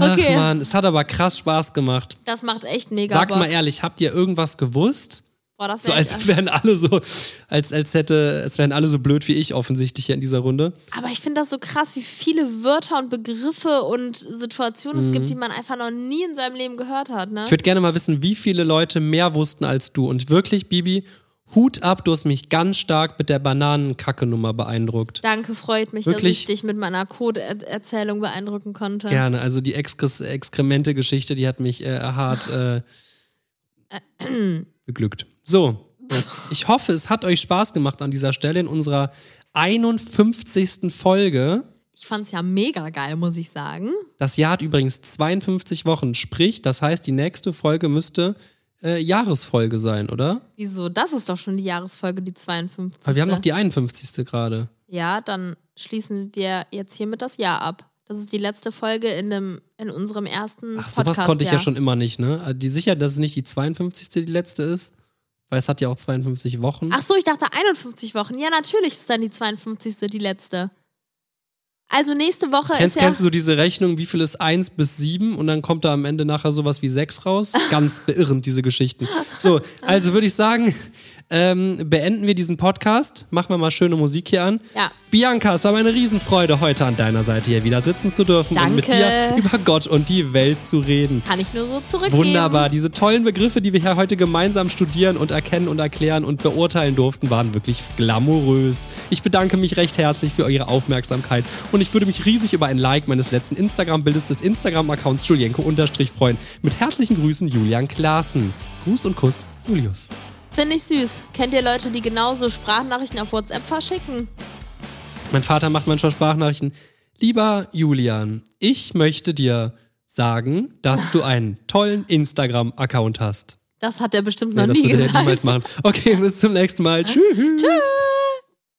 S1: Okay.
S2: Ach man, es hat aber krass Spaß gemacht.
S1: Das macht echt mega
S2: Sag
S1: Bock.
S2: mal ehrlich, habt ihr irgendwas gewusst?
S1: Boah, das
S2: So
S1: wär echt-
S2: als wären alle so, als, als hätte, es wären alle so blöd wie ich offensichtlich hier in dieser Runde.
S1: aber ich finde das so krass, wie viele Wörter und Begriffe und Situationen
S2: Mhm.
S1: es gibt, die man einfach noch nie in seinem Leben gehört hat. Ne?
S2: Ich würde gerne mal wissen, wie viele Leute mehr wussten als du. Und wirklich, Bibi, Hut ab, du hast mich ganz stark mit der Bananenkacke-Nummer beeindruckt.
S1: Danke, freut mich,
S2: Wirklich?
S1: dass ich dich mit meiner Code-Erzählung beeindrucken konnte.
S2: Gerne, also die Exkres- Exkremente-Geschichte, die hat mich äh, hart äh, beglückt. So, ich hoffe, es hat euch Spaß gemacht an dieser Stelle in unserer 51. Folge.
S1: Ich fand's ja mega geil, muss ich sagen.
S2: Das Jahr hat übrigens 52 Wochen, sprich, das heißt, die nächste Folge müsste äh, Jahresfolge sein, oder?
S1: Wieso? Das ist doch schon die Jahresfolge, die 52.
S2: Weil wir haben noch die 51. gerade.
S1: Ja, dann schließen wir jetzt hiermit das Jahr ab. Das ist die letzte Folge in, dem, in unserem ersten
S2: Ach, sowas
S1: Podcast.
S2: konnte ich ja schon immer nicht, ne? Also Die sicher, dass es nicht die 52. die letzte ist, weil es hat ja auch 52 Wochen.
S1: Ach so, ich dachte 51 Wochen. Ja, natürlich ist dann die 52. die letzte. Also nächste Woche
S2: Kennst,
S1: ist ja.
S2: kennst du so diese Rechnung, wie viel ist 1 bis 7 und dann kommt da am Ende nachher sowas wie 6 raus? Ganz beirrend, diese Geschichten. So, also würde ich sagen, ähm, beenden wir diesen Podcast, machen wir mal schöne Musik hier an.
S1: Ja.
S2: Bianca, es war mir eine Riesenfreude, heute an deiner Seite hier wieder sitzen zu dürfen und mit
S1: Danke.
S2: dir über Gott und die Welt zu reden.
S1: kann ich nur so zurückgeben.
S2: Wunderbar, diese tollen Begriffe, die wir hier heute gemeinsam studieren und erkennen und erklären und beurteilen durften, waren wirklich glamourös. Ich bedanke mich recht herzlich für eure Aufmerksamkeit und ich würde mich riesig über ein Like meines letzten Instagram-Bildes des Instagram-Accounts Julienko-Unterstrich freuen. Mit herzlichen Grüßen, Julian Klaassen. Gruß und Kuss, Julius.
S1: Finde ich süß. Kennt ihr Leute, die genauso Sprachnachrichten auf WhatsApp verschicken?
S2: Mein Vater macht manchmal Sprachnachrichten. Lieber Julian, ich möchte dir sagen, dass du einen tollen Instagram-Account hast.
S1: Das hat er bestimmt
S2: Nee,
S1: noch
S2: das
S1: nie
S2: würde er
S1: gesagt.
S2: niemals machen. Okay, bis zum nächsten Mal. Tschüss. Tschüss.